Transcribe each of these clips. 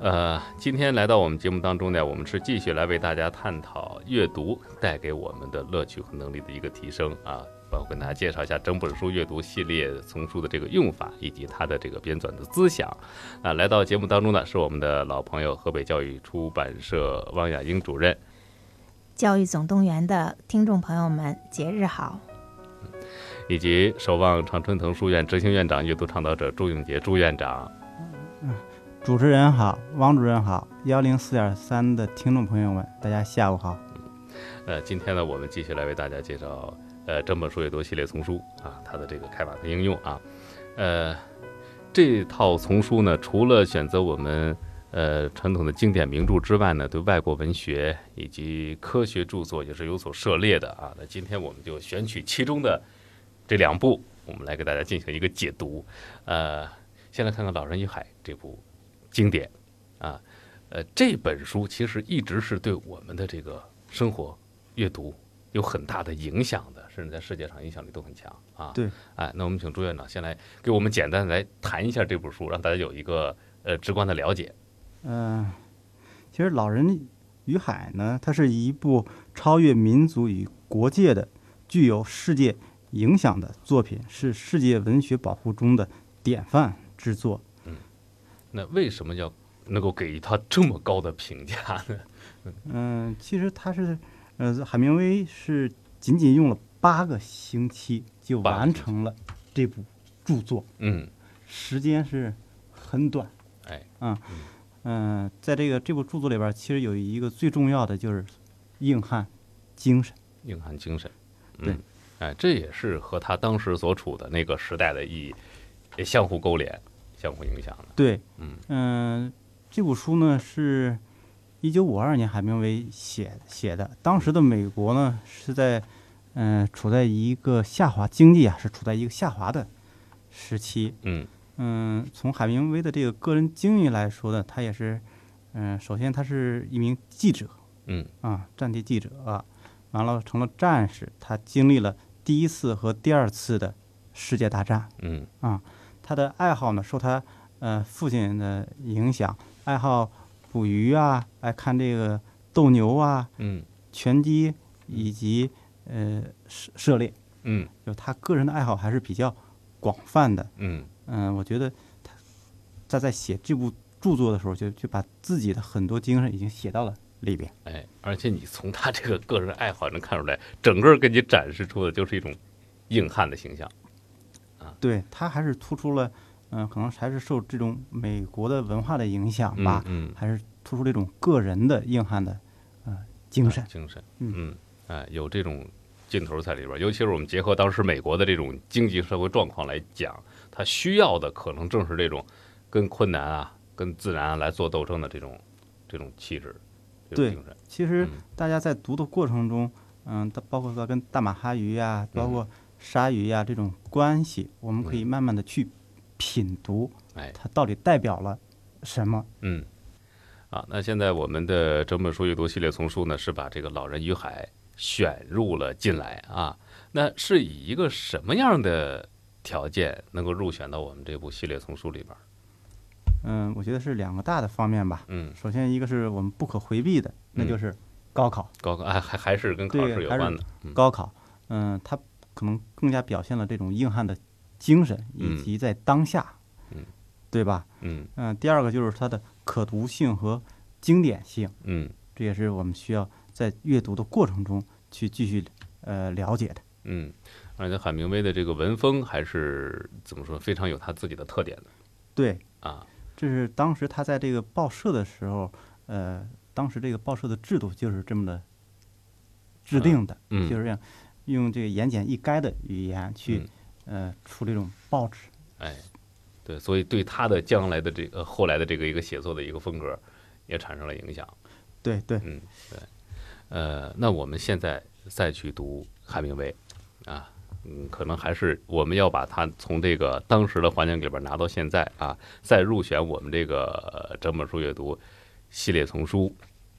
呃，今天来到我们节目当中呢，我们是继续来为大家探讨阅读带给我们的乐趣和能力的一个提升啊。包括跟大家介绍一下整本书阅读系列丛书的这个用法，以及它的这个编纂的思想。啊，来到节目当中呢，是我们的老朋友河北教育出版社汪亚英主任。教育总动员的听众朋友们，节日好！以及守望常春藤书院执行院长、阅读倡导者朱永杰朱院长。主持人好，王主任好，幺零四点三的听众朋友们，大家下午好。呃，今天呢，我们继续来为大家介绍呃整本书阅读系列丛书啊，它的这个开发和应用啊。呃，这套丛书呢，除了选择我们呃传统的经典名著之外呢，对外国文学以及科学著作也是有所涉猎的啊。那今天我们就选取其中的这两部，我们来给大家进行一个解读。呃，先来看看《老人与海》这部经典啊，呃，这本书其实一直是对我们的这个生活阅读有很大的影响的，甚至在世界上影响力都很强啊。对，哎，那我们请朱院长先来给我们简单地来谈一下这本书，让大家有一个呃直观的了解。嗯、其实《老人与海》呢，它是一部超越民族与国界的、具有世界影响的作品，是世界文学保护中的典范之作。那为什么要能够给予他这么高的评价呢？ 嗯、其实它是，呃，海明威是仅仅用了八个星期就八个完星期成了这部著作。嗯，时间是很短。哎，嗯嗯、在这个这部著作里边儿，其实有一个最重要的就是硬汉精神。硬汉精神。嗯、对，哎，这也是和他当时所处的那个时代的意义也相互勾连、相互影响的。对，嗯嗯、这部书呢是一九五二年海明威写写的，当时的美国呢是在嗯、呃处在一个下滑经济啊是处在一个下滑的时期。嗯嗯，从海明威的这个个人经历来说呢，他也是，嗯、首先他是一名记者，嗯啊，战地记者啊，完了成了战士，他经历了第一次和第二次的世界大战嗯啊。他的爱好呢，受他呃父亲的影响，爱好捕鱼啊，爱看这个斗牛啊、嗯拳击以及呃涉涉猎，嗯就他个人的爱好还是比较广泛的。嗯嗯，我觉得他他在写这部著作的时候，就就把自己的很多精神已经写到了里边。哎，而且你从他这个个人爱好能看出来，整个给你展示出的就是一种硬汉的形象。对，他还是突出了，嗯、可能还是受这种美国的文化的影响吧，嗯，还是突出这种个人的硬汉的，呃，精神哎。精神，嗯嗯，哎，有这种劲头在里边儿。尤其是我们结合当时美国的这种经济社会状况来讲，它需要的可能正是这种跟困难啊、跟自然啊来做斗争的这种这种气质、这种对精神。其实嗯大家在读的过程中，嗯、它包括说跟大马哈鱼呀、包嗯括鲨鱼啊呀、这种关系，我们可以嗯慢慢的去品读，哎它到底代表了什么。嗯，啊，那现在我们的整本书阅读系列丛书呢，是把这个《老人与海》选入了进来啊。那是以一个什么样的条件能够入选到我们这部系列丛书里边儿？嗯、我觉得是两个大的方面吧。嗯，首先，一个是我们不可回避的，那嗯就是高考。高考哎还还是跟考对试有还是关的。嗯高考，嗯、他可能更加表现了这种硬汉的精神，以嗯及在当下，嗯对吧？嗯嗯、第二个就是它的可读性和经典性，嗯。这也是我们需要在阅读的过程中去继续呃了解的。嗯，而且海明威的这个文风还是怎么说，非常有他自己的特点的对，啊。这是当时他在这个报社的时候，呃，当时这个报社的制度就是这么的制嗯定的，嗯就是这样用这个言简意赅的语言去、嗯呃出这种报纸。哎，对，所以对他的将来的这个后来的这个一个写作的一个风格也产生了影响。对对，嗯，对。呃，那我们现在再去读海明威啊，嗯，可能还是我们要把它从这个当时的环境里边拿到现在啊，再入选我们这个呃整本书阅读系列丛书。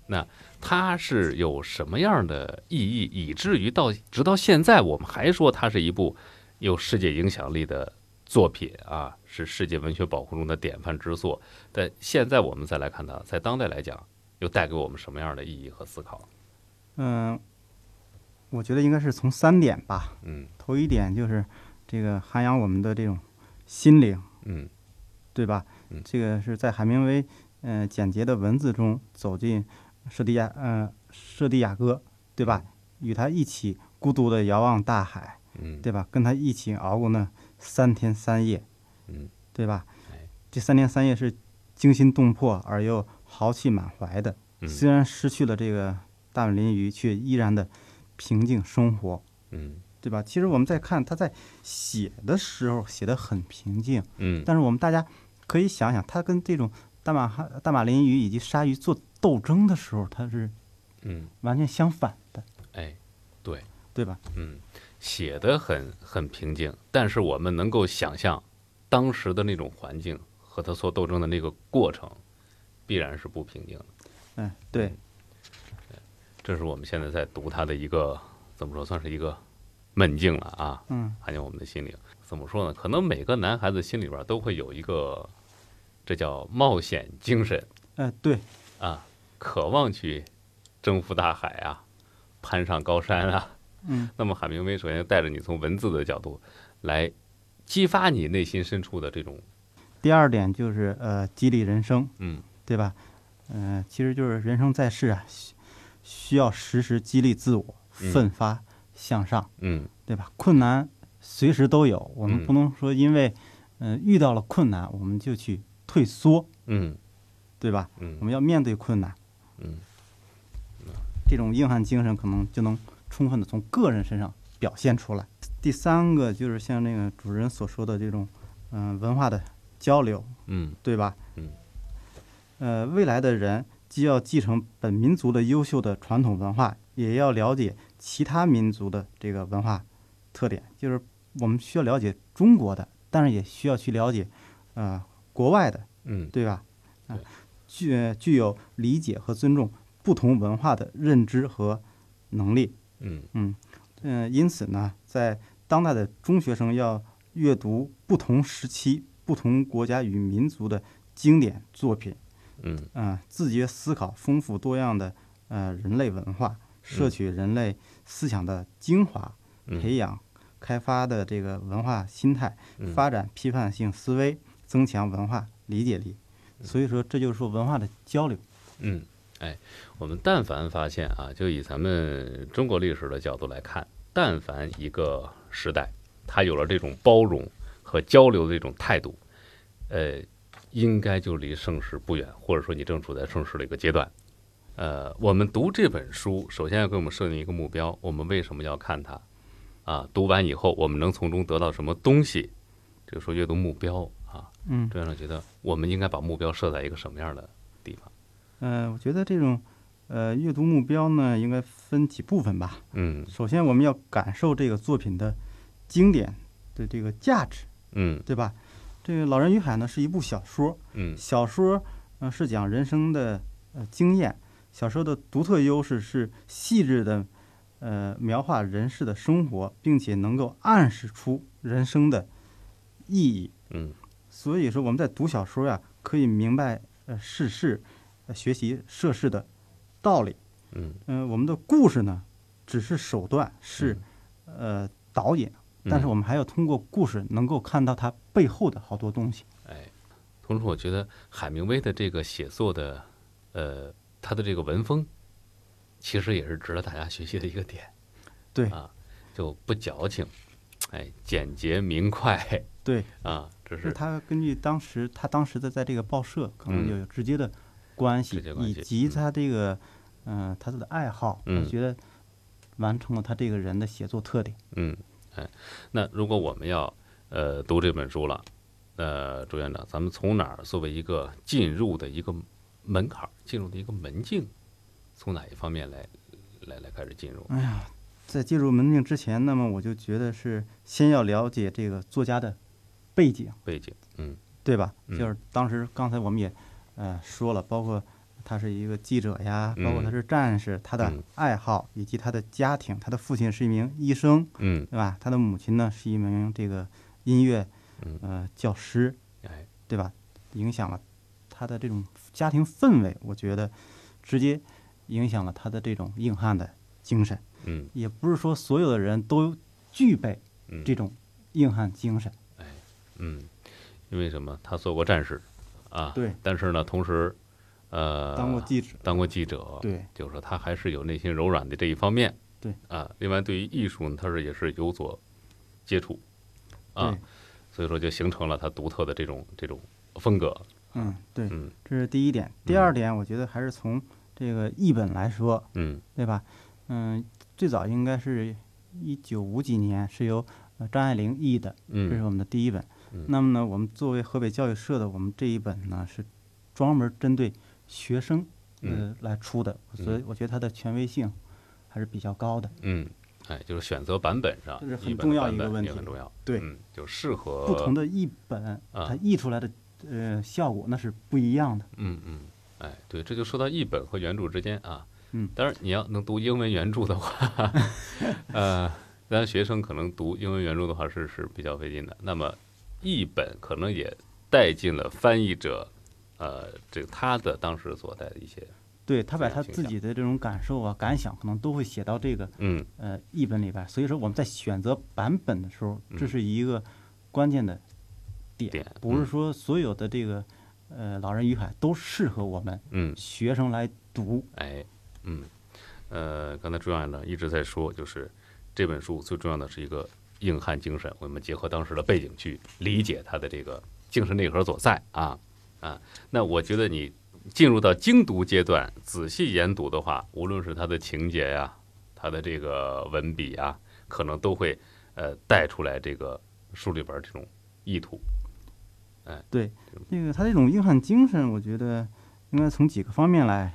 那它是有什么样的意义，以至于到直到现在，我们还说它是一部有世界影响力的作品啊，是世界文学保护中的典范之作。但现在我们再来看它，在当代来讲，又带给我们什么样的意义和思考？嗯、我觉得应该是从三点吧。嗯头一点就是这个涵养我们的这种心灵，嗯对吧？嗯这个是在海明威嗯、呃简洁的文字中走进舍蒂亚呃舍蒂亚哥，对吧？与他一起孤独地遥望大海，嗯，对吧？跟他一起熬过那三天三夜，嗯，对吧哎？这三天三夜是惊心动魄而又豪气满怀的。嗯虽然失去了这个大本林鱼，却依然的平静生活，嗯对吧？其实我们在看他在写的时候写的很平静，嗯但是我们大家可以想想，他跟这种大马哈大马林鱼以及鲨鱼做斗争的时候，他是嗯，完全相反的，哎，对，对吧？嗯，写的很很平静，但是我们能够想象当时的那种环境和他所斗争的那个过程，必然是不平静的。嗯，对，这是我们现在在读他的一个怎么说，算是一个梦境了啊，嗯涵养我们的心灵。怎么说呢？可能每个男孩子心里边儿都会有一个，这叫冒险精神呃，对，啊，渴望去征服大海啊，攀上高山啊，嗯那么海明威首先带着你从文字的角度来激发你内心深处的这种第二点就是呃，激励人生，嗯对吧？呃，其实就是人生在世啊，需需要时时激励自我，嗯奋发向上，嗯对吧？困难随时都有，我们嗯不能说因为嗯、呃遇到了困难我们就去退缩，嗯对吧？我嗯们要面对困难，嗯这种硬汉精神可能就能充分的从个人身上表现出来。第三个就是像那个主持人所说的这种嗯、呃文化的交流，嗯对吧？嗯。呃，未来的人既要继承本民族的优秀的传统文化，也要了解其他民族的这个文化特点。就是我们需要了解中国的，但是也需要去了解呃国外的，嗯对吧？啊、对具呃具有理解和尊重不同文化的认知和能力。嗯嗯，嗯、因此呢，在当代的中学生要阅读不同时期、不同国家与民族的经典作品，嗯嗯、自觉思考丰富多样的呃人类文化，摄取人类思想的精华，培嗯养开发的这个文化心态，嗯发展批判性思维，增强文化理解力。所以说，这就是说文化的交流。嗯哎，我们但凡发现啊，就以咱们中国历史的角度来看，但凡一个时代，它有了这种包容和交流的这种态度，呃，应该就离盛世不远，或者说你正处在盛世的一个阶段。呃，我们读这本书，首先要给我们设定一个目标，我们为什么要看它？啊，读完以后我们能从中得到什么东西？这个说阅读目标啊，嗯这样呢，觉得我们应该把目标设在一个什么样的地方？嗯、我觉得这种呃阅读目标呢，应该分几部分吧。嗯首先，我们要感受这个作品的经典的这个价值，嗯对吧？这个《老人与海》呢是一部小说，嗯小说呃是讲人生的呃经验，小说的独特优势是细致的呃描画人世的生活，并且能够暗示出人生的意义。嗯所以说我们在读小说呀、可以明白呃世事，呃学习涉世的道理。嗯，嗯、我们的故事呢，只是手段，是、呃导演，但是我们们还要通过故事能够看到它背后的好多东西。哎，同时我觉得海明威的这个写作的，呃，他的这个文风，其实也是值得大家学习的一个点。对啊，就不矫情，哎，简洁明快对，啊，这就是是它根据当时它当时的在这个报社可能嗯就有直接的关系，直接关系以及嗯他这个嗯、呃他的爱好，嗯我觉得完成了他这个人的写作特点。嗯，哎，那如果我们要呃读这本书了，呃，朱院长，咱们从哪儿作为一个进入的一个门槛儿，进入的一个门径，从哪一方面来来来开始进入？哎呀，在进入门径之前，那么我就觉得是先要了解这个作家的背景，背景，嗯对吧？嗯就是当时刚才我们也呃说了，包括他是一个记者呀，嗯包括他是战士，他的嗯爱好以及他的家庭，他的父亲是一名医生，嗯对吧？他的母亲呢是一名这个音乐嗯呃教师，哎，对吧？影响了他的这种家庭氛围，我觉得直接影响了他的这种硬汉的精神。嗯也不是说所有的人都具备嗯，这种硬汉精神。嗯，因为什么？他做过战士啊，对，但是呢，同时呃，当过记者，当过记者，对就是说他还是有内心柔软的这一方面，对啊。另外，对于艺术呢，他是也是有所接触啊对，，所以说就形成了他独特的这种这种风格。嗯，对，嗯这是第一点。第二点，我觉得还是从这个译本来说，嗯对吧？嗯，最早应该是一九五几年是由呃张爱玲译的，这是嗯我们的第一本。嗯那么呢，我们作为河北教育社的，我们这一本呢是专门针对学生嗯呃来出的，所以我觉得它的权威性还是比较高的。嗯，哎，就是选择版本上，这是译很本的重要版一个本问也题很重要。对嗯，就适合不同的译本，啊它译出来的呃效果那是不一样的。嗯嗯，哎，对，这就说到译本和原著之间啊。嗯当然你要能读英文原著的话， 呃，咱学生可能读英文原著的话是是比较费劲的。那么译本可能也带进了翻译者，呃，这个他的当时所带的一些，对他把非常他形自象己的这种感受啊、感想，可能都会写到这个嗯呃译本里边儿。所以说我们在选择版本的时候，嗯这是一个关键的点，点不是嗯说所有的这个呃《老人与海》都适合我们嗯，学生来读。哎，嗯，呃，刚才朱亚呢一直在说，就是这本书最重要的是一个硬汉精神，我们结合当时的背景去理解他的这个精神内核所在啊啊。那我觉得你进入到精读阶段，仔细研读的话，无论是他的情节呀、他的这个文笔啊，可能都会呃带出来这个书里边儿这种意图。对，那个他这种硬汉精神，我觉得应该从几个方面来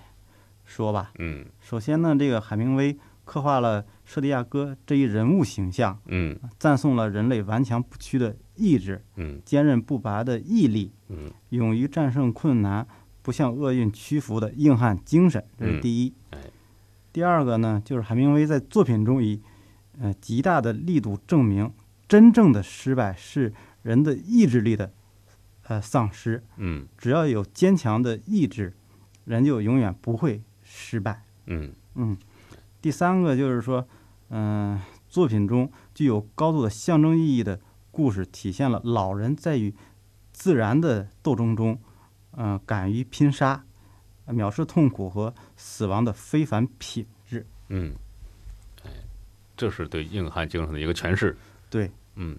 说吧。嗯首先呢，这个海明威刻画了舍利亚哥这一人物形象，嗯赞颂了人类顽强不屈的意志、嗯坚韧不拔的毅力、嗯，勇于战胜困难、不向厄运屈服的硬汉精神，这是嗯第一。哎第二个呢，就是海明威在作品中以呃极大的力度证明，真正的失败是人的意志力的呃丧失。嗯只要有坚强的意志，人就永远不会失败。嗯嗯，第三个就是说，嗯、作品中具有高度的象征意义的故事，体现了老人在与自然的斗争中，嗯、敢于拼杀，呃藐视痛苦和死亡的非凡品质。嗯，哎，这是对硬汉精神的一个诠释。对，嗯，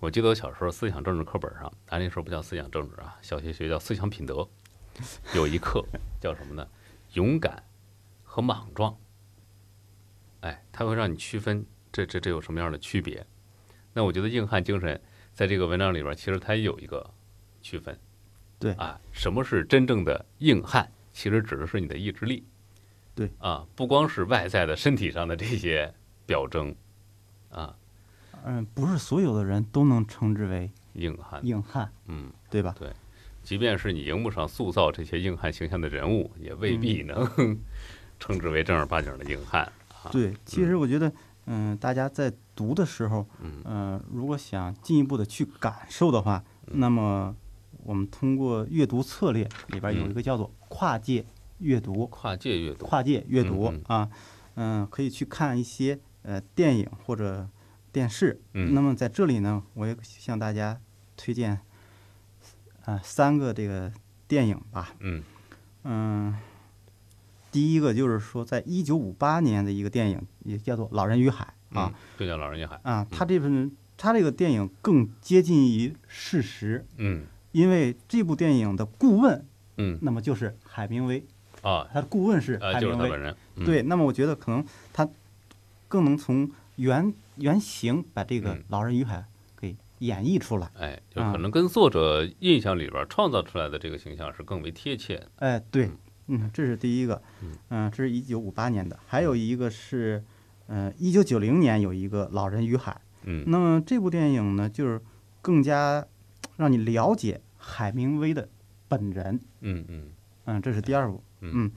我记得我小时候思想政治课本上，咱那时候不叫思想政治啊，小学学叫思想品德，有一课叫什么呢？ 勇敢和莽撞。哎，它会让你区分这这这有什么样的区别。那我觉得硬汉精神在这个文章里边，其实它也有一个区分。对啊，什么是真正的硬汉？其实指的是你的意志力。对啊，不光是外在的身体上的这些表征啊，嗯、不是所有的人都能称之为硬汉。硬汉，嗯。对吧？即便是你荧幕上塑造这些硬汉形象的人物，也未必嗯能 称之为正儿八经的硬汉。啊对，其实我觉得，嗯、大家在读的时候，嗯呃，如果想进一步的去感受的话，嗯那么我们通过阅读策略里边儿有嗯一个叫做跨界阅读，跨界阅读，跨界阅读嗯啊，嗯、可以去看一些呃电影或者电视。嗯那么在这里呢，我也向大家推荐啊、呃三个这个电影吧。嗯嗯、第一个就是说，在一九五八年的一个电影，也叫做《老人与海》啊。嗯，就叫《老人与海》。啊，他这份他这个电影更接近于事实，嗯因为这部电影的顾问，嗯那么就是海明威，啊，他的顾问是呃，海就是明他威。本人。嗯，对，那么我觉得可能他更能从原原型把这个嗯《老人与海》给演绎出来。哎，就可能跟作者印象里边创造出来的这个形象是更为贴切。哎，对，嗯，这是第一个嗯，嗯、这是一九五八年的，还有一个是，呃，一九九零年有一个《老人与海》。嗯那么这部电影呢，就是更加让你了解海明威的本人。嗯嗯嗯，这是第二部。嗯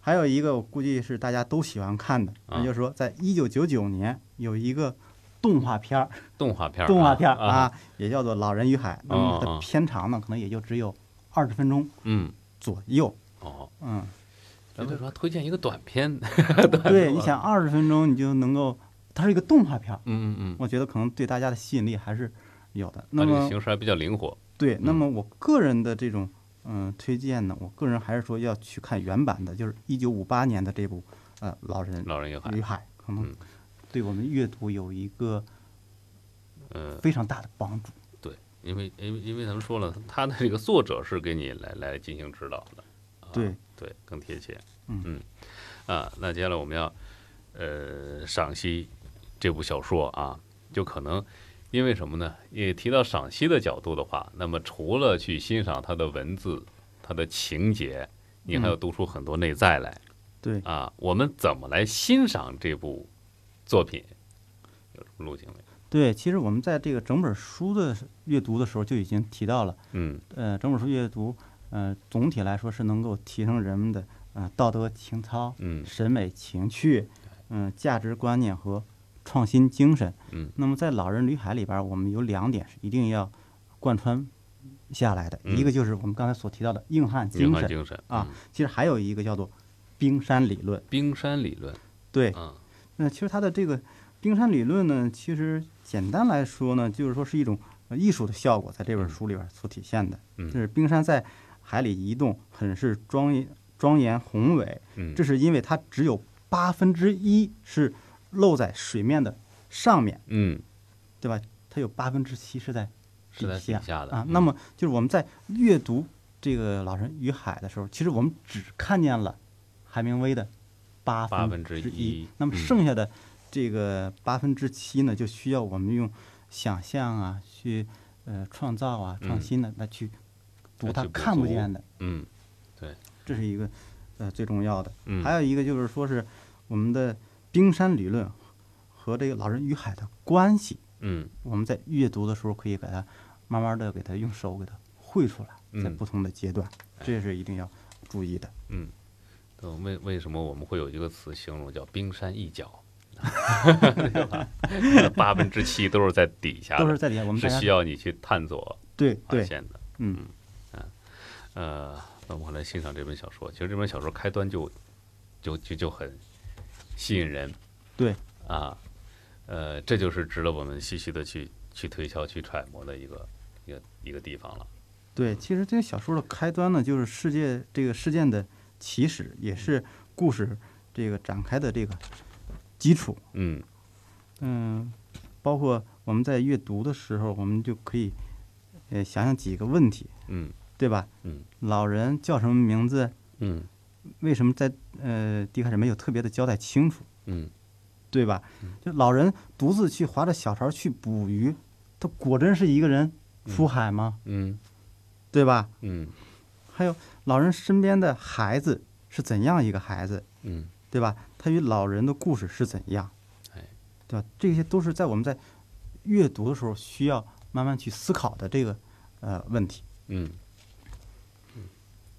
还有一个我估计是大家都喜欢看的，啊那就是说，在一九九九年有一个动画片儿，动画片儿啊，动画片儿啊，啊，也叫做《老人与海》。那么它的片长呢，可能也就只有二十分钟嗯，左右。哦，嗯，咱们说推荐一个短片， 嗯对，你想二十分钟你就能够，它是一个动画片儿，嗯嗯，我觉得可能对大家的吸引力还是有的。它那这个么形式还比较灵活，对，那嗯么我个人的这种嗯推荐呢，我个人还是说要去看原版的，就是一九五八年的这部呃《老人《老人与海与》，海》，可能嗯对我们阅读有一个嗯，非常大的帮助。因为因为因为咱们说了， 它的这个作者是给你来来进行指导的，啊对对，更贴切，嗯啊，那接下来我们要呃赏析这部小说啊，就可能因为什么呢？也提到赏析的角度的话，那么除了去欣赏它的文字、它的情节，你还要嗯读出很多内在来。对，啊，我们怎么来欣赏这部作品？有什么路径没？对，其实我们在这个整本书的阅读的时候就已经提到了，嗯呃，整本书阅读，呃，总体来说是能够提升人们的呃道德情操、嗯审美情趣、嗯、价值观念和创新精神。嗯那么在《老人与海》里边儿，我们有两点是一定要贯穿下来的，嗯一个就是我们刚才所提到的硬汉硬精汉神，精神啊嗯其实还有一个叫做冰山理论。冰山理论对，啊，那其实它的这个冰山理论呢，其实简单来说呢，就是说是一种呃艺术的效果，在这本书里边儿所体现的，嗯就是冰山在海里移动，很是庄严庄严宏伟。嗯，这是因为它只有八分之一是露在水面的上面，嗯对吧？它有八分之七是在是在底下底下的啊。嗯那么就是我们在阅读这个《老人与海》的时候，其实我们只看见了海明威的八八分分之一一，那么嗯剩下的这个八分之七呢，就需要我们用想象啊，去呃创造啊、创嗯新的来去读来他去补看不足见的，嗯这是一个呃最重要的。嗯，还有一个就是说是我们的冰山理论和这个老人与海的关系，嗯我们在阅读的时候可以给它慢慢的给它用手给它绘出来，嗯在哎不同的阶段，这是一定要注意的。嗯，呃为为什么我们会有一个词形容叫冰山一角？对吧？八分之七都是在底下的，都是在底下，我们大啊是家需要你去探索对发对，现的。嗯呃，那我们来欣赏这本小说。其实这本小说开端就就就就很吸引人对，啊，呃，这就是值得我们细细的去去推敲、去揣摩的一个一个一个地方了。对，其实这个小说的开端呢，就是世界这个事件的起始，也嗯是故事这个展开的这个基础。嗯嗯，包括我们在阅读的时候，我们就可以呃想想几个问题，嗯对吧？嗯老人叫什么名字？嗯为什么在呃一开始没有特别的交代清楚，嗯对吧嗯？就老人独自去划着小船去捕鱼，他果真是一个人出嗯海吗？嗯对吧？嗯还有老人身边的孩子是怎样一个孩子，嗯对吧？他与老人的故事是怎样哎，对吧？这些都是在我们在阅读的时候需要慢慢去思考的这个呃问题。嗯，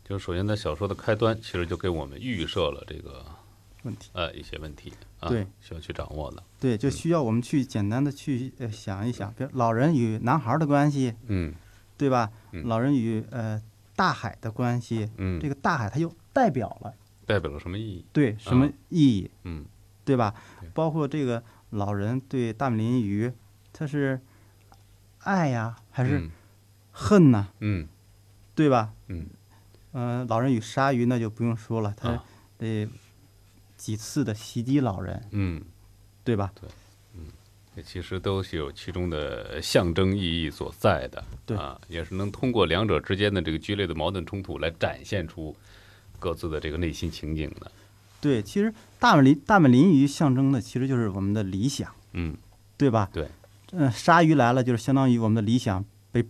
就是首先在小说的开端，其实就给我们预设了这个问题呃一些问题啊，对，需要去掌握的。对，就嗯需要我们去简单的去呃想一想，比如老人与男孩儿的关系，嗯对吧？嗯老人与呃大海的关系，嗯，这个大海它又代表了代表了什么意义？对什么啊意义，嗯对吧对？包括这个老人对大美林鱼，他是爱呀、还是嗯恨呐、嗯对吧？嗯呃，老人与鲨鱼那就不用说了，他啊这几次的袭击老人，嗯。对吧？这其实都是有其中的象征意义所在的，对啊，也是能通过两者之间的这个剧烈的矛盾冲突来展现出各自的这个内心情景的。对，其实大美林大美林鱼象征的其实就是我们的理想，嗯，对吧？对，嗯、鲨鱼来了就是相当于我们的理想被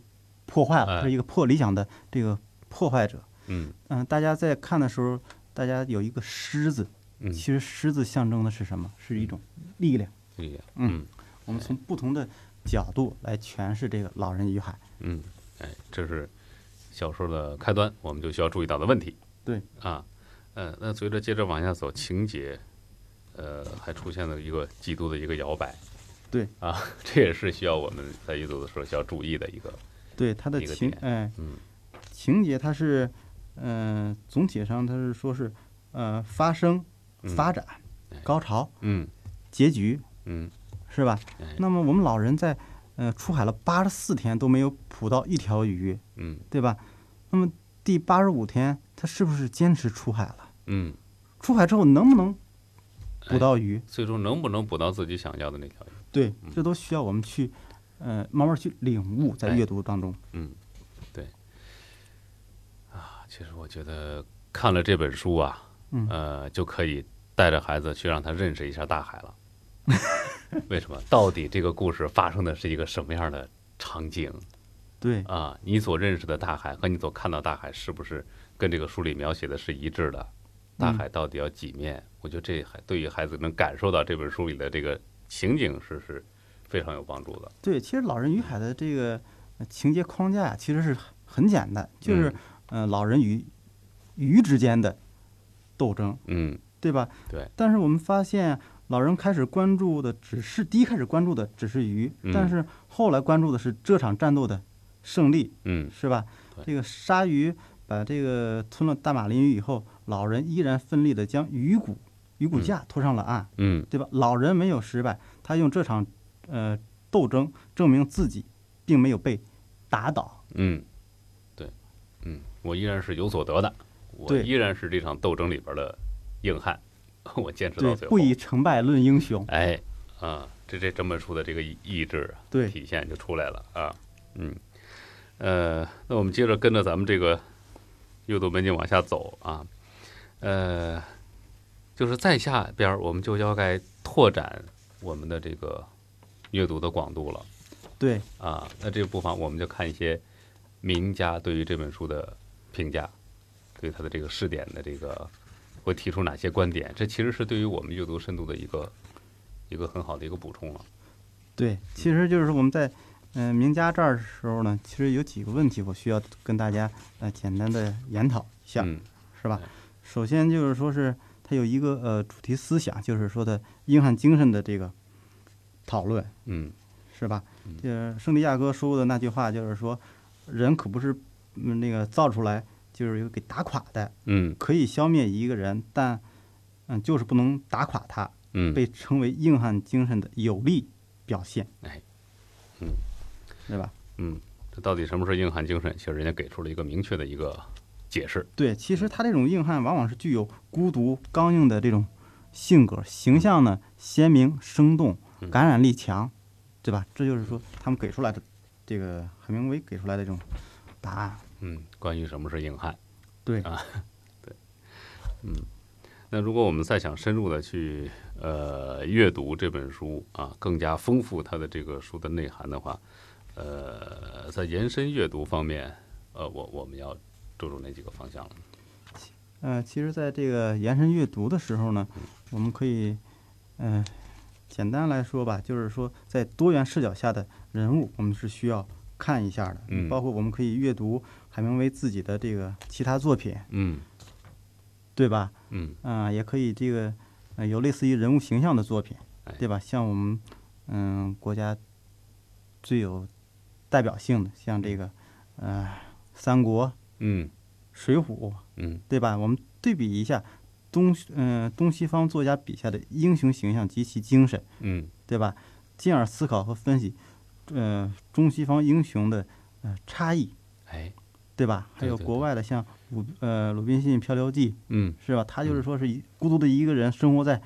破坏了，哎它是一个破理想的这个破坏者。嗯嗯、大家在看的时候，大家有一个狮子，嗯，其实狮子象征的是什么？是一种力量。力量，嗯嗯我们从不同的角度来诠释这个老人与海。嗯，哎，这是小说的开端，我们就需要注意到的问题。对啊，呃，那随着接着往下走，情节，呃，还出现了一个极度的一个摇摆，对啊， 这也是需要我们在阅读的时候需要注意的一个。对它的一个情点哎嗯情节，它是嗯、呃总体上它是说是呃发生、嗯发展、高潮、嗯结局嗯，是吧哎？那么我们老人在呃出海了八十四天都没有捕到一条鱼，嗯对吧？那么第八十五天，他是不是坚持出海了？嗯，出海之后能不能哎捕到鱼？最终能不能捕到自己想要的那条鱼？对嗯，这都需要我们去呃慢慢去领悟，在哎阅读当中。嗯，对。啊，其实我觉得看了这本书啊，嗯呃，就可以带着孩子去让他认识一下大海了。为什么？到底这个故事发生的是一个什么样的场景对，啊？你所认识的大海和你所看到大海是不是跟这个书里描写的是一致的？大海到底要几面？我觉得这还对于孩子能感受到这本书里的这个情景是是非常有帮助的。对，其实《老人与海》的这个呃情节框架呀，其实是很简单，嗯就是呃老人与鱼之间的斗争，嗯对吧？对。但是我们发现，啊老人开始关注的只是第一开始关注的只是鱼，嗯但是后来关注的是这场战斗的胜利，嗯是吧对？这个鲨鱼把这个吞了大马林鱼以后，老人依然奋力地将鱼骨、鱼骨架拖上了岸，嗯对吧？老人没有失败，他用这场呃斗争证明自己并没有被打倒。嗯，对，嗯，我依然是有所得的，我对依然是这场斗争里边的硬汉， 我坚持到对，最后。不以成败论英雄。哎，啊，这这整本书的这个意意志啊对体现就出来了啊，嗯，呃，那我们接着跟着咱们这个阅读门径往下走啊，呃，就是再下边儿我们就要该拓展我们的这个阅读的广度了。对，啊，那这不妨我们就看一些名家对于这本书的评价，对他的这个试点的这个会提出哪些观点，这其实是对于我们阅读深度的一个一个很好的一个补充了。对，嗯其实就是我们在嗯、呃名家这儿的时候呢，其实有几个问题我需要跟大家呃简单的研讨一下，嗯是吧哎？首先就是说是他有一个呃主题思想，就是说的硬汉精神的这个讨论，嗯是吧嗯？就是圣地亚哥说过的那句话，就是说，人可不是嗯那个造出来就是有给打垮的，嗯可以消灭一个人，但嗯就是不能打垮他，嗯，被称为硬汉精神的有力表现。哎，嗯，对吧？嗯，这到底什么是硬汉精神？其实人家给出了一个明确的一个解释。对，其嗯实他这种硬汉往往是具有孤独、刚硬的这种性格，形象呢鲜明、生动嗯，感染力强，对吧？这就是说他们给出来的这个海明威给出来的这种答案。嗯，关于什么是硬汉。对啊，对，嗯，那如果我们再想深入的去呃阅读这本书啊，更加丰富它的这个书的内涵的话，呃，在延伸阅读方面，呃，我我们要注重哪几个方向了？呃，其实，在这个延伸阅读的时候呢，我们可以，嗯、简单来说吧，就是说，在多元视角下的人物，我们是需要看一下的。嗯包括我们可以阅读海明威自己的这个其他作品，嗯对吧？嗯嗯、也可以这个，呃，有类似于人物形象的作品哎，对吧？像我们，嗯、国家最有代表性的，像这个，呃，三国、嗯水浒、嗯对吧？我们对比一下东嗯、东西方作家笔下的英雄形象及其精神，嗯对吧？进而思考和分析，呃，中西方英雄的呃差异，哎，对吧？还对有对国对外的像鲁呃鲁滨逊漂流记，嗯是吧？他就是嗯说是一孤独的一个人生活在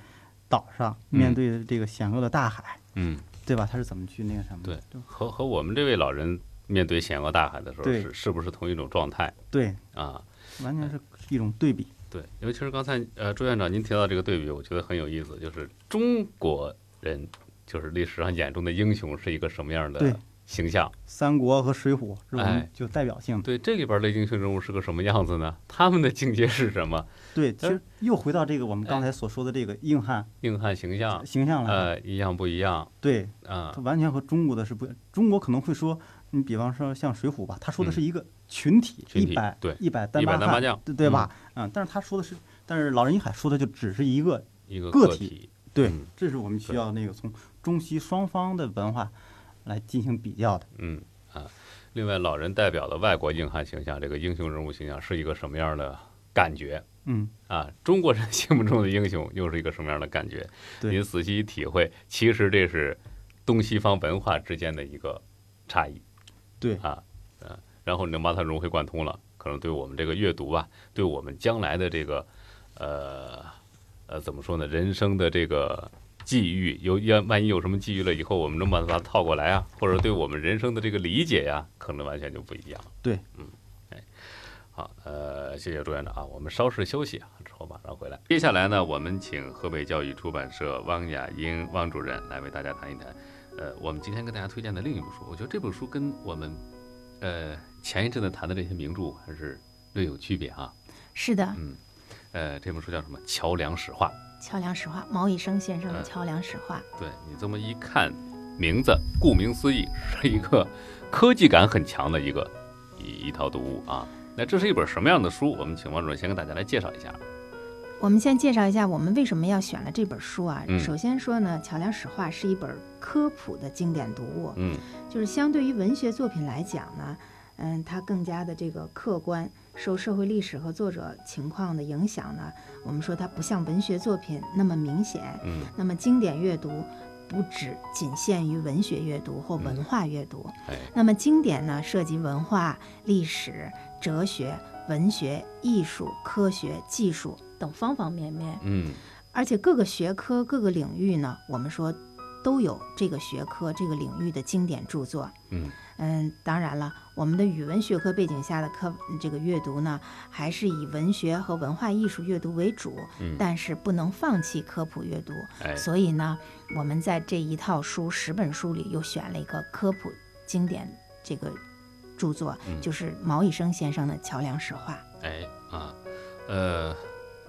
岛上，面嗯对这个险恶的大海，嗯，对吧？他是怎么去那个什么的？和和我们这位老人面对险恶大海的时候，对是是不是同一种状态对，啊？完全是一种对比。对，尤其是刚才呃，朱院长您提到这个对比，我觉得很有意思，就是中国人就是历史上眼中的英雄是一个什么样对的形象？三国和水浒是我哎们就代表性的。对，这里边的英雄人物是个什么样子呢？他们的境界是什么？对，其但实又回到这个我们哎刚才所说的这个硬汉硬汉形象，形象来了。啊呃，一样不一样对，啊它？完全和中国的是不一样。中国可能会说，你比方说像《水浒》吧，他说的嗯是一个群体，群体一百对一百单一百八单八汉嗯将对对吧？嗯，但是他说的是，但是《老人与海》说的就只是一个一个个个体体，对嗯，这是我们需要那个从中西双方的文化来进行比较的。嗯啊，另外，老人代表的外国硬汉形象，这个英雄人物形象是一个什么样的感觉嗯，啊？中国人心目中的英雄又是一个什么样的感觉？对您仔细一体会，其实这是东西方文化之间的一个差异。对啊，嗯，然后你能把它融会贯通了，可能对我们这个阅读啊，对我们将来的这个呃呃怎么说呢，人生的这个际遇，有要万一有什么际遇了以后，我们能把它套过来啊，或者对我们人生的这个理解呀、可能完全就不一样了。对，嗯，哎，好，呃，谢谢朱院长啊，我们稍事休息啊，之后马上回来。接下来呢，我们请河北教育出版社汪雅英汪主任来为大家谈一谈。呃，我们今天跟大家推荐的另一本书，我觉得这本书跟我们呃前一阵子谈的这些名著还是略有区别啊。是的，嗯，呃，这本书叫什么？《桥梁史话桥梁史话，毛以升先生的嗯《桥梁史话》》。对你这么一看，名字顾名思义是一个科技感很强的一个一一套读物啊。那这是一本什么样的书？我们请王主任先跟大家来介绍一下。我们先介绍一下我们为什么要选了这本书啊。嗯首先说呢，《桥梁史话》是一本科普的经典读物，嗯就是相对于文学作品来讲呢，嗯，它更加的这个客观，受社会历史和作者情况的影响呢，我们说它不像文学作品那么明显。嗯，那么经典阅读不只仅限于文学阅读或文化阅读，哎，那么经典呢涉及文化、历史、哲学、文学、艺术、科学、技术等方方面面，嗯而且各个学科、各个领域呢，我们说都有这个学科、这个领域的经典著作。嗯嗯，当然了，我们的语文学科背景下的课这个阅读呢，还是以文学和文化艺术阅读为主，嗯但是不能放弃科普阅读。哎，所以呢，我们在这一套书十本书里又选了一个科普经典这个著作，嗯就是毛以升先生的《桥梁史话》。哎啊，呃，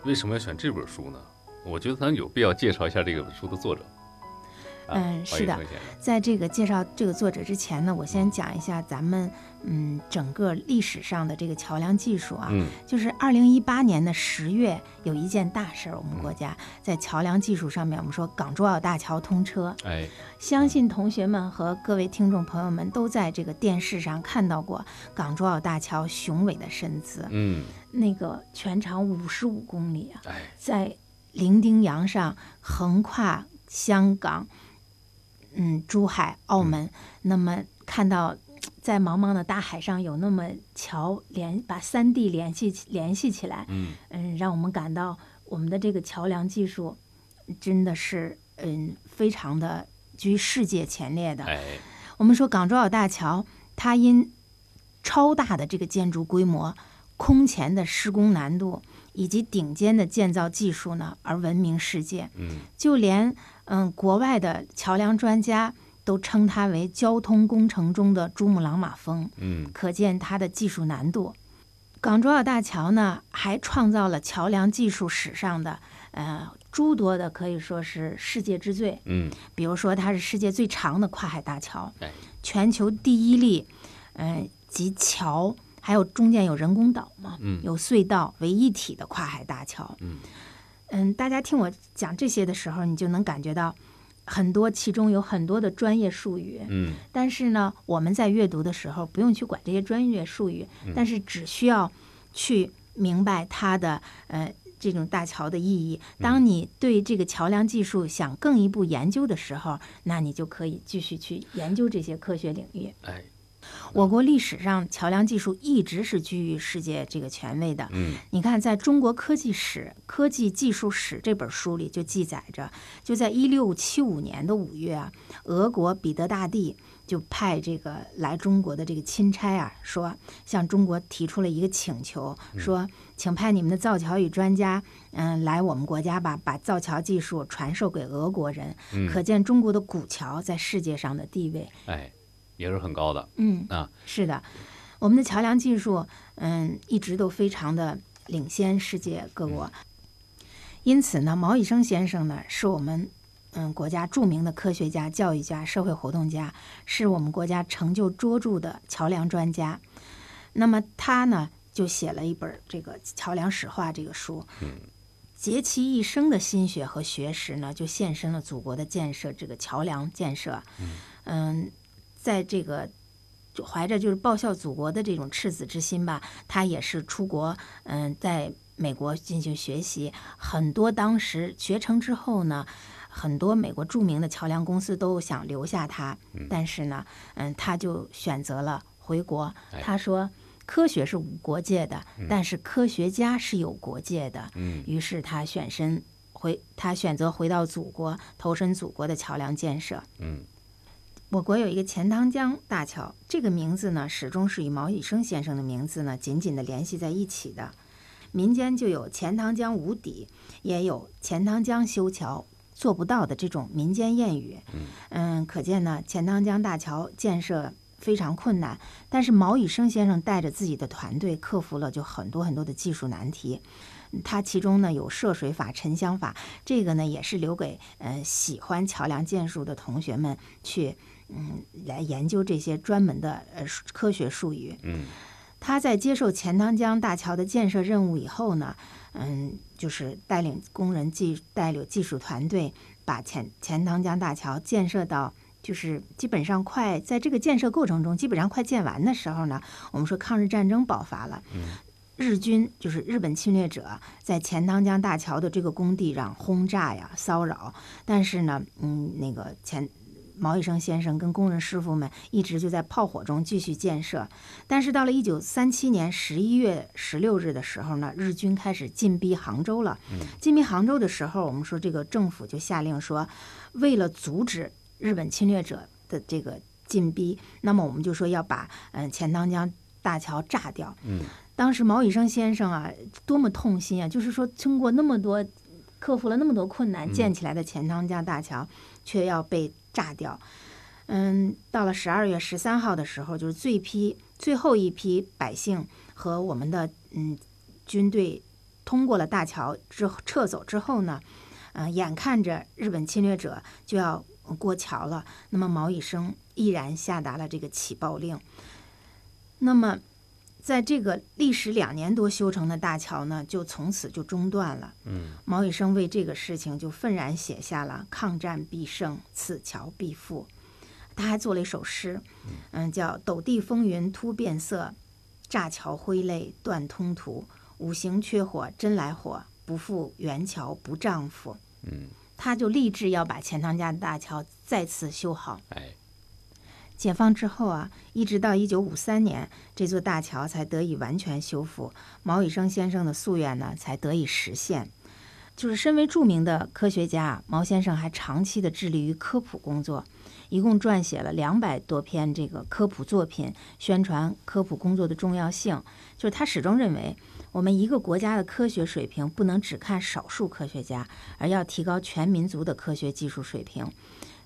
为什么要选这本书呢？我觉得咱有必要介绍一下这本书的作者。啊嗯是的，王一生先生在这个介绍这个作者之前呢，我先讲一下咱们嗯整个历史上的这个桥梁技术啊，嗯就是二零一八年的十月有一件大事儿，我们国嗯家在桥梁技术上面，我们说港珠澳大桥通车，哎，相信同学们和各位听众朋友们都在这个电视上看到过港珠澳大桥雄伟的身姿，嗯那个全长五十五公里啊，哎。在伶仃洋上横跨香港、嗯珠海、澳门，那么看到。在茫茫的大海上，有那么桥联把三地联系起联系起来，嗯嗯，让我们感到我们的这个桥梁技术真的是嗯非常的居世界前列的。哎，我们说港珠澳大桥，它因超大的这个建筑规模、空前的施工难度以及顶尖的建造技术呢，而闻名世界。嗯就连嗯国外的桥梁专家都称它为交通工程中的珠穆朗玛峰。嗯可见它的技术难度。港珠澳大桥呢，还创造了桥梁技术史上的呃诸多的可以说是世界之最，嗯，比如说它是世界最长的跨海大桥哎，全球第一例，嗯、集桥还有中间有人工岛嘛，嗯有隧道为一体的跨海大桥，嗯嗯大家听我讲这些的时候，你就能感觉到很多其中有很多的专业术语，嗯但是呢，我们在阅读的时候不用去管这些专业术语，但是只需要去明白它的呃这种大桥的意义。当你对这个桥梁技术想更一步研究的时候，那你就可以继续去研究这些科学领域。哎，我国历史上桥梁技术一直是居于世界这个权威的。嗯你看，在《中国科技史·科技技术史》这本书里就记载着，就在一六七五年的五月啊，俄国彼得大帝就派这个来中国的这个钦差啊，说向中国提出了一个请求，说请派你们的造桥与专家，嗯，来我们国家吧，把造桥技术传授给俄国人。嗯可见中国的古桥在世界上的地位。哎，也是很高的。嗯啊，是的，我们的桥梁技术，嗯，一直都非常的领先世界各国。因此呢，毛以升先生呢，是我们嗯国家著名的科学家、教育家、社会活动家，是我们国家成就卓著的桥梁专家。那么他呢，就写了一本这个《桥梁史话》这个书。竭其一生的心血和学识呢，就献身了祖国的建设，这个桥梁建设。嗯，在这个就怀着就是报效祖国的这种赤子之心吧，他也是出国，嗯，在美国进行学习。很多当时学成之后呢，很多美国著名的桥梁公司都想留下他，但是呢，嗯，他就选择了回国哎。他说。科学是无国界的，但是科学家是有国界的。嗯于是他选身回，他选择回到祖国，投身祖国的桥梁建设。嗯我国有一个钱塘江大桥，这个名字呢，始终是与毛以升先生的名字呢紧紧的联系在一起的。民间就有钱塘江无底，也有钱塘江修桥做不到的这种民间谚语。嗯，可见呢，钱塘江大桥建设非常困难，但是毛以升先生带着自己的团队克服了就很多很多的技术难题。嗯他其中呢有涉水法、沉香法，这个呢也是留给呃喜欢桥梁建筑的同学们去嗯来研究这些专门的呃术科学术语。嗯他在接受钱塘江大桥的建设任务以后呢，嗯，就是带领工人技带领技术团队，把钱钱塘江大桥建设到。就是基本上快在这个建设过程中，基本上快建完的时候呢，我们说抗日战争爆发了，日军就是日本侵略者在钱塘江大桥的这个工地上轰炸呀、骚扰，但是呢，嗯，那个钱毛以升先生跟工人师傅们一直就在炮火中继续建设，但是到了一九三七年十一月十六日的时候呢，日军开始进逼杭州了。进逼杭州的时候，我们说这个政府就下令说，为了阻止日本侵略者的这个进逼，那么我们就说要把嗯钱塘江大桥炸掉。嗯，当时毛以升先生啊，多么痛心啊！就是说，经过那么多。克服了那么多困难建起来的钱塘江大桥，却要被炸掉。嗯，到了十二月十三号的时候，就是最批最后一批百姓和我们的嗯军队通过了大桥之后撤走之后呢，呃，眼看着日本侵略者就要呃过桥了，那么毛以升毅然下达了这个起爆令。那么，在这个历时两年多修成的大桥呢，就从此就中断了。嗯，毛以升为这个事情就愤然写下了“抗战必胜，此桥必复”。他还做了一首诗，嗯，叫“斗地风云突变色，炸桥挥泪断通途。五行缺火真来火，不负元桥不丈夫。”嗯，他就立志要把钱塘江大桥再次修好。哎，解放之后啊，一直到一九五三年，这座大桥才得以完全修复，毛以升先生的夙愿呢才得以实现。就是身为著名的科学家，毛先生还长期的致力于科普工作，一共撰写了两百多篇这个科普作品，宣传科普工作的重要性。就是他始终认为，我们一个国家的科学水平不能只看少数科学家，而要提高全民族的科学技术水平。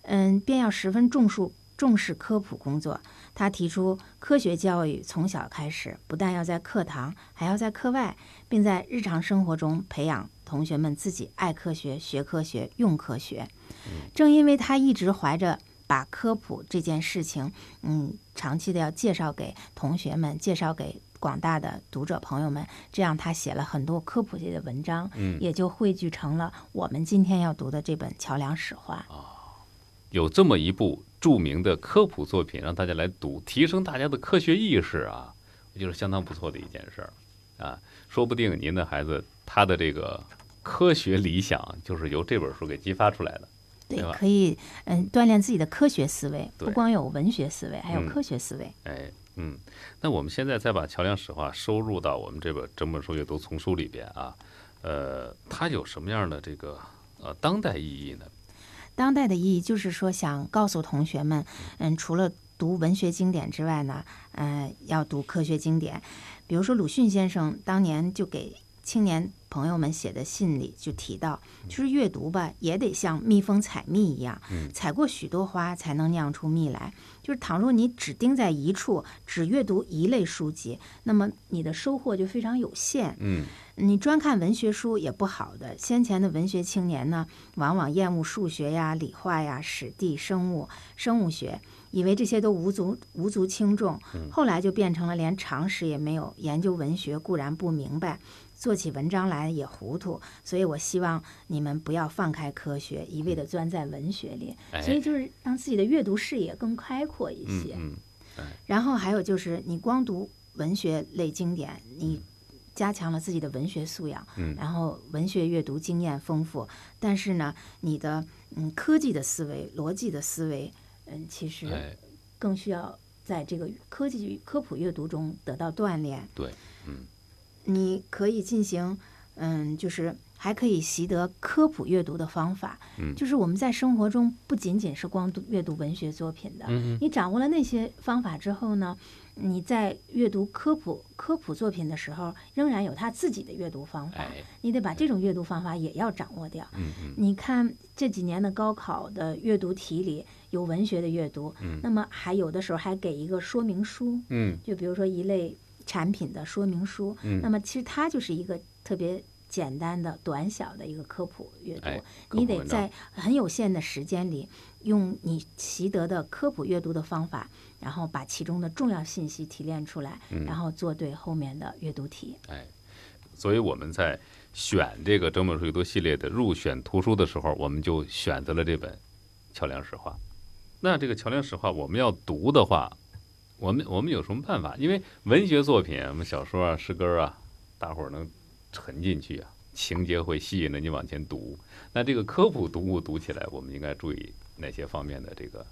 嗯，便要十分重视重视科普工作。他提出，科学教育从小开始，不但要在课堂，还要在课外，并在日常生活中培养同学们自己爱科学、学科学、用科学。正因为他一直怀着把科普这件事情，嗯，长期的要介绍给同学们，介绍给广大的读者朋友们，这样他写了很多科普类的文章，嗯也就汇聚成了我们今天要读的这本《桥梁史话》。有这么一部著名的科普作品，让大家来读，提升大家的科学意识啊，我觉得相当不错的一件事儿啊。说不定您的孩子他的这个科学理想就是由这本书给激发出来的。对对吧，可以嗯锻炼自己的科学思维，对不光有文学思维，还有嗯科学思维。哎，嗯，那我们现在再把桥梁史话收入到我们这本整本书阅读丛书里边啊，呃，它有什么样的这个呃当代意义呢？当代的意义就是说，想告诉同学们，嗯，除了读文学经典之外呢，嗯，要读科学经典。比如说，鲁迅先生当年就给青年朋友们写的信里就提到，嗯就是阅读吧，也得像蜜蜂采蜜一样，采过许多花才能酿出蜜来。就是倘若你只盯在一处，只阅读一类书籍，那么你的收获就非常有限。嗯你专看文学书也不好的。先前的文学青年呢，往往厌恶数学呀、理化呀、史地、生物、生物学，以为这些都无足无嗯足轻重。后来就变成了连常识也没有，研究文学固然不明白，做起文章来也糊涂，所以我希望你们不要放开科学，一味的钻在文学里，嗯哎其实就是让自己的阅读视野更开阔一嗯些。嗯，然后还有就是，你光读文学类经典，你加强了自己的文学素养，嗯然后文学阅读经验丰富，但是呢，你的嗯科技的思维、逻辑的思维，嗯，其实哎，更需要在这个科技科普阅读中得到锻炼。对，嗯，你可以进行，嗯，就是。还可以习得科普阅读的方法，嗯就是我们在生活中不仅仅是光读阅读文学作品的，嗯嗯你掌握了那些方法之后呢，你在阅读科普科普作品的时候，仍然有他自己的阅读方法，哎，你得把这种阅读方法也要掌握掉。嗯嗯你看这几年的高考的阅读题里有文学的阅读，嗯那么还有的时候还给一个说明书，嗯就比如说一类产品的说明书，嗯那么其实它就是一个特别简单的、短小的一个科普阅读，哎科你普得文章在很有限的时间里，用你习得的科普阅读的方法，然后把其中的重要信息提炼出来，嗯然后做对后面的阅读题。哎，所以我们在选这个整本书阅读系列的入选图书的时候，我们就选择了这本《桥梁史话》。那这个《桥梁史话》，我们要读的话，我们我们有什么办法？因为文学作品，我们小说啊、诗歌啊，大伙儿能沉进去啊，情节会吸引着你往前读。那这个科普读物读起来，我们应该注意哪些方面的这个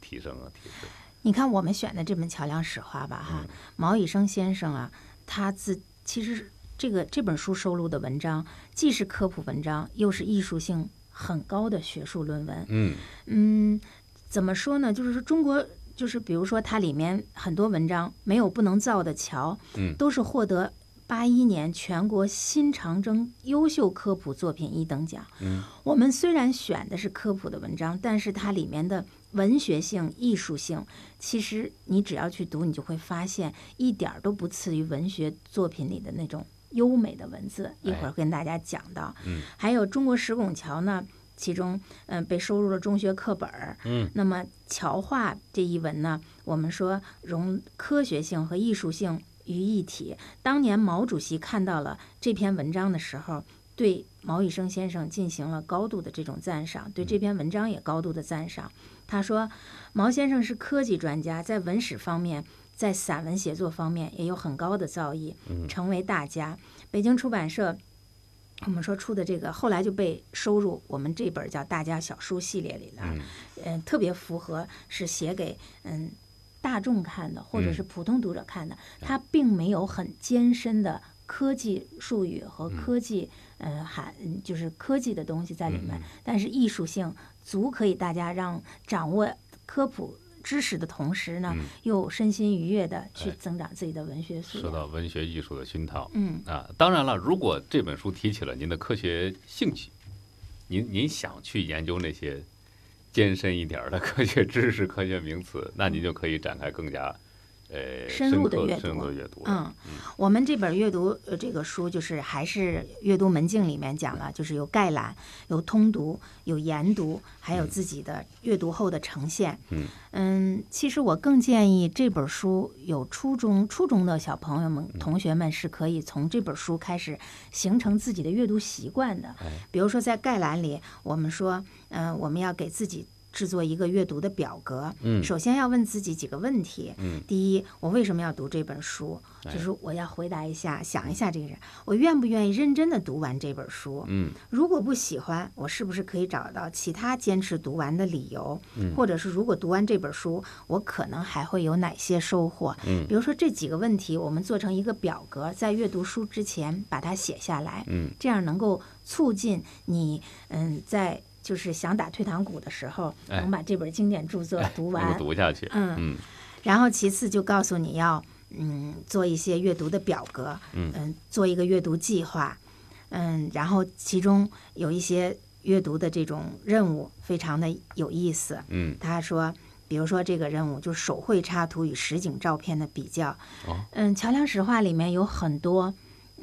提升啊、提示？你看我们选的这本《桥梁史话》吧，哈，毛以升先生啊，他自其实这个这本书收录的文章，既是科普文章，又是艺术性很高的学术论文。嗯嗯，怎么说呢？就是说中国，就是比如说它里面很多文章没有不能造的桥，嗯都是获得八一年全国新长征优秀科普作品一等奖。嗯，我们虽然选的是科普的文章，但是它里面的文学性、艺术性，其实你只要去读，你就会发现一点儿都不次于文学作品里的那种。优美的文字，一会儿跟大家讲到。哎嗯，还有中国石拱桥呢，其中嗯、呃被收入了中学课本儿。嗯，那么桥画这一文呢，我们说融科学性和艺术性于一体。当年毛主席看到了这篇文章的时候，对毛以升先生进行了高度的这种赞赏，对这篇文章也高度的赞赏。他说，毛先生是科技专家，在文史方面。在散文写作方面也有很高的造诣，成为大家。北京出版社我们说出的这个，后来就被收入我们这本叫《大家小书》系列里了。嗯嗯、特别符合是写给嗯大众看的，或者是普通读者看的。它并没有很艰深的科技术语和科技、呃含就是科技的东西在里面，但是艺术性足可以大家让掌握科普。知识的同时呢，又身心愉悦的去哎增长自己的文学素受养。到文学艺术的熏陶。嗯，啊，当然了，如果这本书提起了您的科学兴趣，您您想去研究那些艰深一点儿的科学知识、科学名词，那您就可以展开更加呃深入的刻阅深入读的阅读了。嗯，我们这本阅读呃这个书就是还是阅读门径里面讲了，就是有概览、有通读、有研读，还有自己的阅读后的呈现。嗯嗯其实我更建议这本书有初中初中的小朋友们、嗯同学们是可以从这本书开始形成自己的阅读习惯的。哎比如说在概览里，我们说，嗯、我们要给自己。制作一个阅读的表格，嗯首先要问自己几个问题，嗯，第一，我为什么要读这本书？哎就是我要回答一下，想一下这个人，我愿不愿意认真的读完这本书？嗯，如果不喜欢，我是不是可以找到其他坚持读完的理由？嗯，或者是如果读完这本书，我可能还会有哪些收获？嗯，比如说这几个问题，我们做成一个表格，在阅读书之前把它写下来。嗯，这样能够促进你，嗯，在就是想打退堂鼓的时候，哎能把这本经典著作读能完够。读下去，嗯嗯然后其次就告诉你要嗯做一些阅读的表格，嗯做一个阅读计划，嗯，然后其中有一些阅读的这种任务非常的有意思。嗯他说，比如说这个任务就是手绘插图与实景照片的比较。哦嗯，《桥梁史话》里面有很多。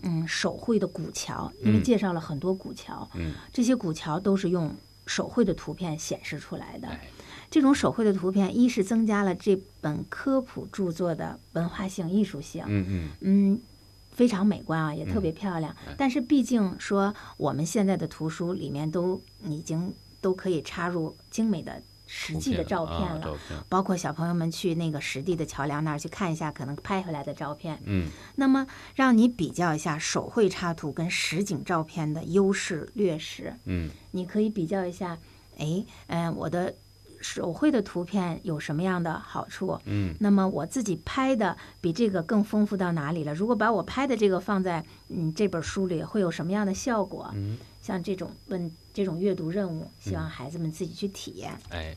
嗯，手绘的古桥，因为嗯介绍了很多古桥，嗯这些古桥都是用手绘的图片显示出来的。哎这种手绘的图片，一是增加了这本科普著作的文化性、艺术性，嗯嗯嗯，非常美观啊，也特别漂亮。哎但是毕竟说我们现在的图书里面都已经都可以插入精美的实际的照片啊了，照片，包括小朋友们去那个实地的桥梁那儿去看一下，可能拍回来的照片。嗯，那么让你比较一下手绘插图跟实景照片的优势劣势，嗯，你可以比较一下，哎，嗯、我的手绘的图片有什么样的好处？嗯，那么我自己拍的比这个更丰富到哪里了？如果把我拍的这个放在嗯这本书里，会有什么样的效果？嗯，像这种问这种阅读任务，希望孩子们自己去体验。哎，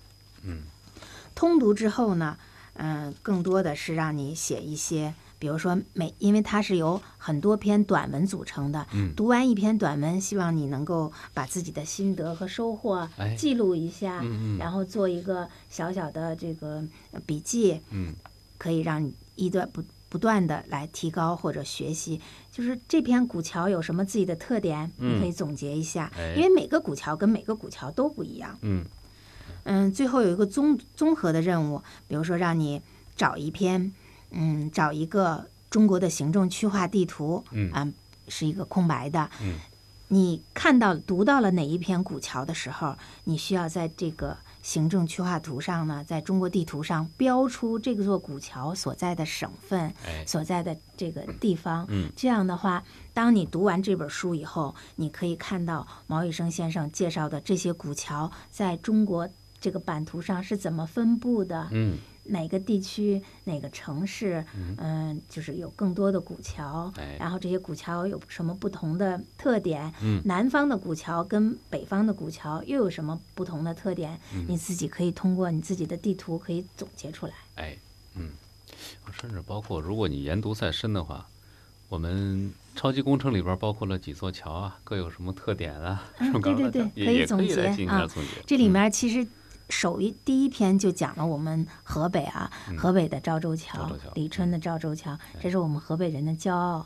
通读之后呢，嗯、更多的是让你写一些，比如说每，因为它是由很多篇短文组成的，嗯读完一篇短文，希望你能够把自己的心得和收获哎记录一下，嗯嗯然后做一个小小的这个呃笔记，嗯，可以让你一段不不断的来提高或者学习。就是这篇古桥有什么自己的特点，嗯你可以总结一下，哎因为每个古桥跟每个古桥都不一样。嗯嗯，最后有一个综综合的任务，比如说让你找一篇，嗯，找一个中国的行政区划地图，嗯啊是一个空白的，嗯，你看到读到了哪一篇古桥的时候，你需要在这个行政区划图上呢，在中国地图上标出这座古桥所在的省份，哎，所在的这个地方。嗯这样的话，当你读完这本书以后，你可以看到毛羽生先生介绍的这些古桥在中国这个版图上是怎么分布的，嗯哪个地区、哪个城市，嗯、就是有更多的古桥。哎，然后这些古桥有什么不同的特点？嗯南方的古桥跟北方的古桥又有什么不同的特点？嗯你自己可以通过你自己的地图可以总结出来。哎，嗯，甚至包括如果你研读再深的话，我们超级工程里边包括了几座桥啊，各有什么特点啊？嗯什么对对高大上对也可以也总可以来结进行啊点总结。这里面其实首一第一篇就讲了我们河北啊，河北的赵州嗯赵桥州桥，哎李春的赵州桥，这是我们河北人的骄傲。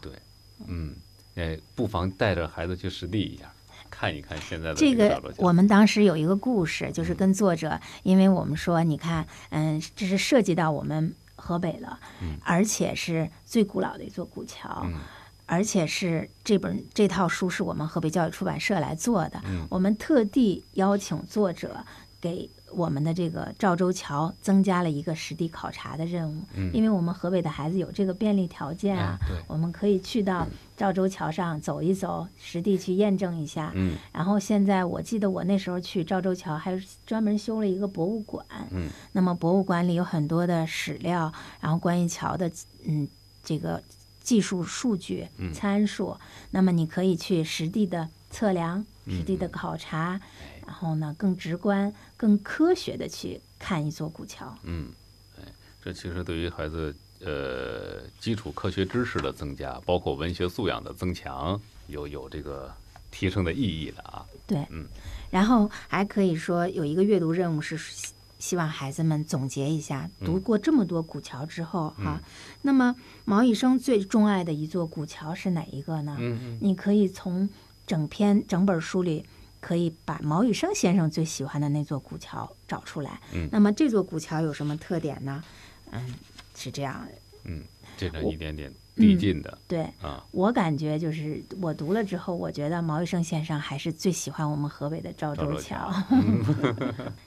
嗯，哎，不妨带着孩子去实地一下，看一看现在的这大个罗桥嗯我们当时有一个故事，就是跟作者，因为我们说，你看，嗯，这是涉及到我们河北了，而且是最古老的一座古桥嗯。而且是这本这套书是我们河北教育出版社来做的，嗯我们特地邀请作者给我们的这个赵州桥增加了一个实地考察的任务，嗯因为我们河北的孩子有这个便利条件啊，哎对我们可以去到赵州桥上走一走，实地去验证一下。嗯然后现在我记得我那时候去赵州桥，还专门修了一个博物馆。嗯，那么博物馆里有很多的史料，然后关于桥的嗯这个技术数据嗯、参数，那么你可以去实地的测量、嗯实地的嗯考察，哎然后呢更直观、更科学的去看一座古桥。嗯，哎，这其实对于孩子呃基础科学知识的增加，包括文学素养的增强，有有这个提升的意义的啊。对，嗯然后还可以说有一个阅读任务是希希望孩子们总结一下嗯读过这么多古桥之后哈、那么毛以生最钟爱的一座古桥是哪一个呢？嗯你可以从整篇整本书里。可以把毛羽生先生最喜欢的那座古桥找出来。嗯那么这座古桥有什么特点呢？嗯，是这样的，嗯，这个我一点点递进的对啊，我感觉就是我读了之后，我觉得毛羽生先生还是最喜欢我们河北的赵赵州州桥桥。 嗯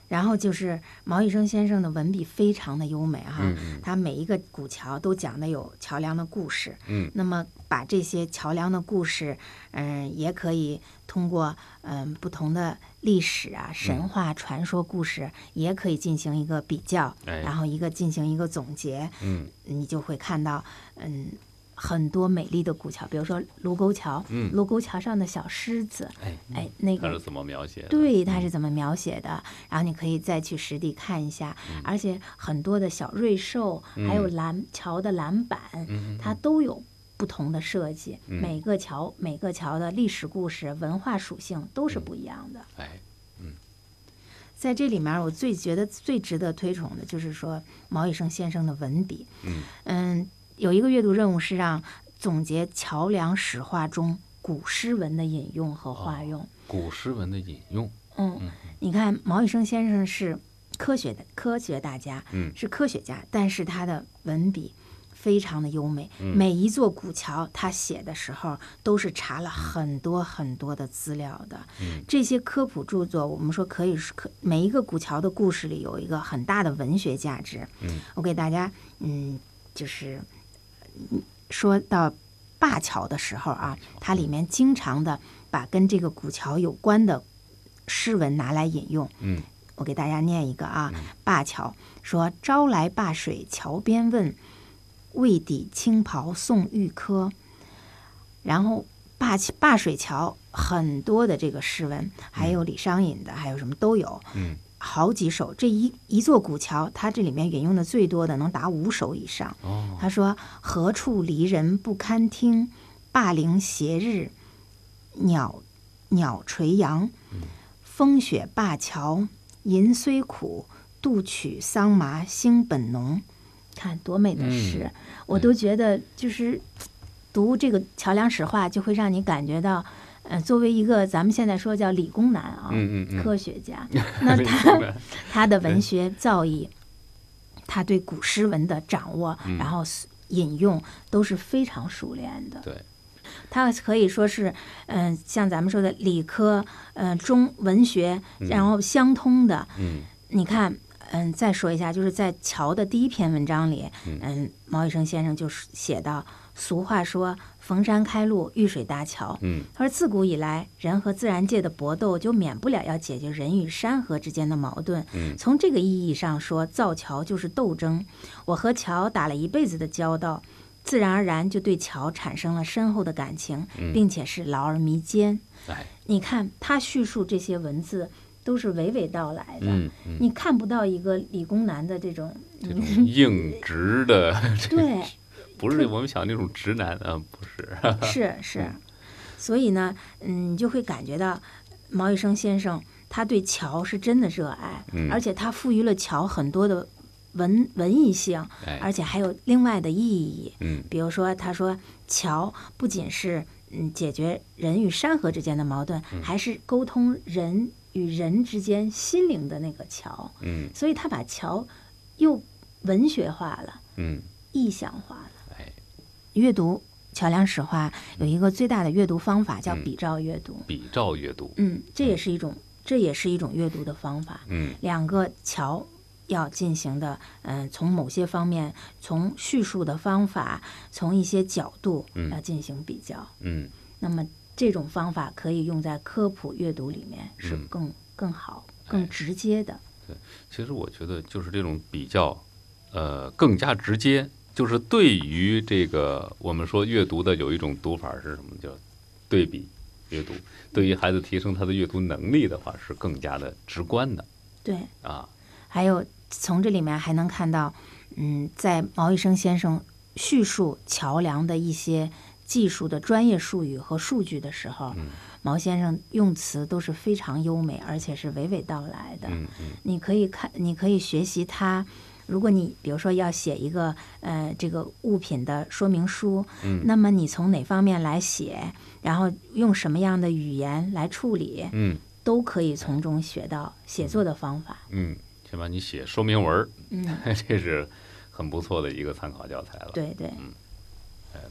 然后就是毛以生先生的文笔非常的优美哈，嗯嗯他每一个古桥都讲的有桥梁的故事。嗯那么把这些桥梁的故事，嗯、也可以通过嗯、不同的历史啊、嗯神话、传说故事，也可以进行一个比较，哎然后一个进行一个总结，嗯你就会看到嗯很多美丽的古桥，比如说卢沟桥，嗯卢沟桥上的小狮子，哎，哎，那他个是怎么描写的？对，它是怎么描写的？然后你可以再去实地看一下，嗯而且很多的小瑞兽，还有蓝桥的蓝板，嗯，嗯它都有不同的设计。嗯每个桥每个桥的历史故事、文化属性都是不一样的。哎，在这里面，我最觉得最值得推崇的就是说毛以生先生的文笔。嗯嗯有一个阅读任务是让总结桥梁史话中古诗文的引用哦和化用。古诗文的引用，嗯，你看毛羽生先生是科学的科学大家，嗯是科学家，但是他的文笔非常的优美。嗯每一座古桥，他写的时候都是查了很多很多的资料的。嗯这些科普著作，我们说可以是可每一个古桥的故事里有一个很大的文学价值。嗯我给大家，嗯，就是嗯说到灞桥的时候啊，它里面经常的把跟这个古桥有关的诗文拿来引用。嗯我给大家念一个啊，灞桥说：“朝来灞水桥边问，为抵青袍送玉珂。”然后灞桥灞水桥很多的这个诗文，还有李商隐的，还有什么都有，嗯，好几首。这一一座古桥，它这里面引用的最多的能达五首以上。哦，他说：“何处离人不堪听，灞陵斜日，鸟鸟垂杨。风雪灞桥，吟虽苦，度曲桑麻兴本浓。”看多美的诗，嗯我都觉得就是读这个桥梁史话，就会让你感觉到，呃，作为一个咱们现在说叫理工男啊，嗯嗯嗯， 科学家，那明他白他的文学造诣，他对古诗文的掌握，嗯然后引用都是非常熟练的。对，他可以说是，嗯、像咱们说的理科，嗯、中文学，然后相通的。嗯你看，嗯、再说一下，就是在乔的第一篇文章里，嗯嗯、毛以生先生就是写到，俗话说“逢山开路，遇水搭桥”，嗯他说，自古以来，人和自然界的搏斗就免不了要解决人与山河之间的矛盾。嗯从这个意义上说，造桥就是斗争。我和桥打了一辈子的交道，自然而然就对桥产生了深厚的感情，嗯并且是劳而弥坚。哎你看他叙述这些文字，都是娓娓道来的。嗯嗯，你看不到一个理工男的这种，嗯这种嗯 硬直的， 对， 不是我们想那种直男啊，不是，是是，嗯所以呢，嗯，你就会感觉到毛医生先生他对桥是真的热爱，嗯而且他赋予了桥很多的文文艺性，而 哎，且还有另外的意义。嗯比如说，他说桥不仅是嗯解决人与山河之间的矛盾，嗯还是沟通人与人之间心灵的那个桥。嗯所以他把桥又文学化了，嗯，意象化了。哎，阅读桥梁史话有一个最大的阅读方法叫嗯比照阅读，比照阅读，嗯，这也是一种这也是一种阅读的方法。嗯两个桥要进行的，嗯、从某些方面，从叙述的方法，从一些角度嗯要进行比较。嗯那么这种方法可以用在科普阅读里面，是嗯哎更、更好、更直接的。其实我觉得就是这种比较，呃，更加直接，就是对于这个我们说阅读的有一种读法是什么？叫对比阅读。对于孩子提升他的阅读能力的话，是更加的直观的对，啊。还有从这里面还能看到，嗯，在毛医生先生叙述桥梁的一些技术的专业术语和数据的时候，嗯毛先生用词都是非常优美，而且是娓娓道来的。嗯嗯你可以看，你可以学习它。如果你比如说要写一个呃这个物品的说明书，嗯那么你从哪方面来写，然后用什么样的语言来处理，嗯都可以从中学到写作的方法。嗯，起码你写说明文儿， 嗯，这是很不错的一个参考教材了。对对。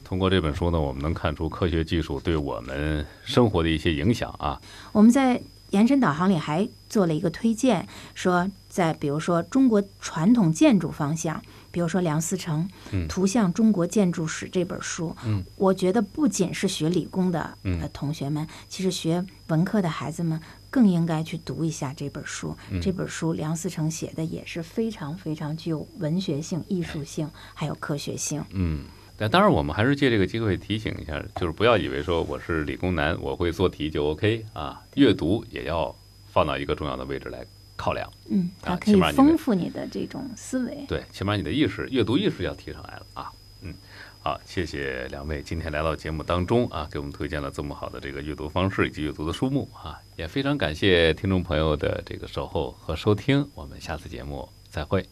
通过这本书呢，我们能看出科学技术对我们生活的一些影响啊。我们在延伸导航里还做了一个推荐，说在比如说中国传统建筑方向，比如说梁思成嗯《图像中国建筑史》这本书，嗯我觉得不仅是学理工的、嗯呃同学们，其实学文科的孩子们更应该去读一下这本书。嗯这本书梁思成写的也是非常非常具有文学性、艺术性，还有科学性。嗯，但当然，我们还是借这个机会提醒一下，就是不要以为说我是理工男，我会做题就 OK 啊，阅读也要放到一个重要的位置来考量。嗯，它啊可起以码你的丰富你的这种思维。对，起码你的意识，阅读意识要提上来了啊。嗯，好，谢谢两位今天来到节目当中啊，给我们推荐了这么好的这个阅读方式以及阅读的书目啊，也非常感谢听众朋友的这个守候和收听，我们下次节目再会，